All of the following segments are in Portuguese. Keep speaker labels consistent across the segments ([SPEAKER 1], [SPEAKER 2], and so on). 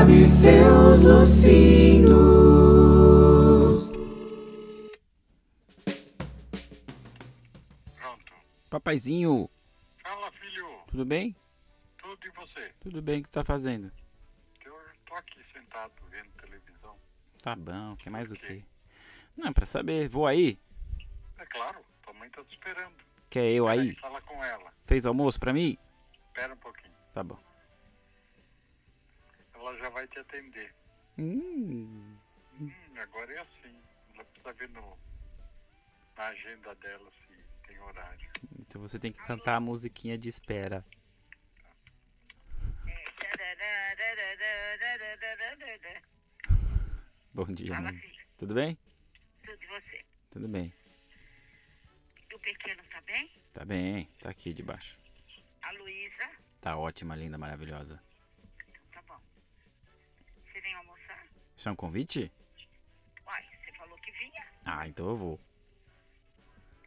[SPEAKER 1] abre seus lucinhos.
[SPEAKER 2] Pronto.
[SPEAKER 3] Papaizinho,
[SPEAKER 2] Fala, filho.
[SPEAKER 3] tudo bem?
[SPEAKER 2] Tudo e você?
[SPEAKER 3] Tudo bem, o que tá fazendo?
[SPEAKER 2] Eu tô aqui sentado vendo televisão.
[SPEAKER 3] Tá bom, que mais o quê? Não, pra saber, vou aí?
[SPEAKER 2] É claro, tua mãe tá te esperando.
[SPEAKER 3] Quer eu aí?
[SPEAKER 2] Fala com ela.
[SPEAKER 3] Fez almoço pra mim?
[SPEAKER 2] Espera um pouquinho.
[SPEAKER 3] Tá bom.
[SPEAKER 2] Ela já vai te atender.
[SPEAKER 3] Hum,
[SPEAKER 2] Hum, agora é assim. Ela precisa ver no, na agenda dela se tem horário.
[SPEAKER 3] então você tem que cantar a musiquinha de espera. Bom dia,
[SPEAKER 4] Fala,
[SPEAKER 3] mãe.
[SPEAKER 4] filho.
[SPEAKER 3] Tudo bem?
[SPEAKER 4] Tudo e você?
[SPEAKER 3] Tudo bem.
[SPEAKER 4] O pequeno tá bem?
[SPEAKER 3] Tá bem, tá aqui debaixo.
[SPEAKER 4] A Luísa?
[SPEAKER 3] Tá ótima, linda, maravilhosa.
[SPEAKER 4] Então tá bom. Você vem almoçar?
[SPEAKER 3] Isso é um convite?
[SPEAKER 4] Uai, você falou que vinha.
[SPEAKER 3] Ah, então eu vou.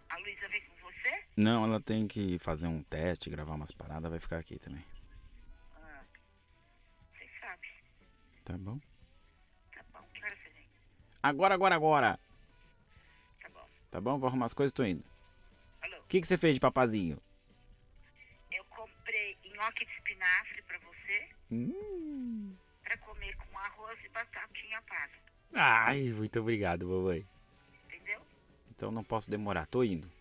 [SPEAKER 4] A Luísa vem com você?
[SPEAKER 3] Não, ela tem que fazer um teste, gravar umas paradas, vai ficar aqui também.
[SPEAKER 4] Ah, você sabe.
[SPEAKER 3] Tá bom?
[SPEAKER 4] Tá bom. Que hora você vem?
[SPEAKER 3] Agora, agora, agora!
[SPEAKER 4] Tá bom.
[SPEAKER 3] Tá bom? Vou arrumar as coisas e tô indo.
[SPEAKER 4] Alô?
[SPEAKER 3] O que, que você fez de papazinho?
[SPEAKER 4] Eu comprei nhoque de espinafre pra você.
[SPEAKER 3] Hum.
[SPEAKER 4] Pra comer com arroz e batatinha palha.
[SPEAKER 3] Ai, muito obrigado, mamãe.
[SPEAKER 4] Entendeu?
[SPEAKER 3] Então não posso demorar, tô indo.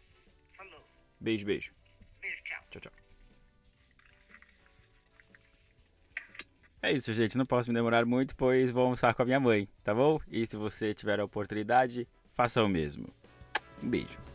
[SPEAKER 4] Falou.
[SPEAKER 3] Beijo, beijo.
[SPEAKER 4] Beijo, tchau.
[SPEAKER 3] Tchau, tchau. É isso, gente. Não posso me demorar muito, pois vou almoçar com a minha mãe, tá bom? E se você tiver a oportunidade, faça o mesmo. Um beijo.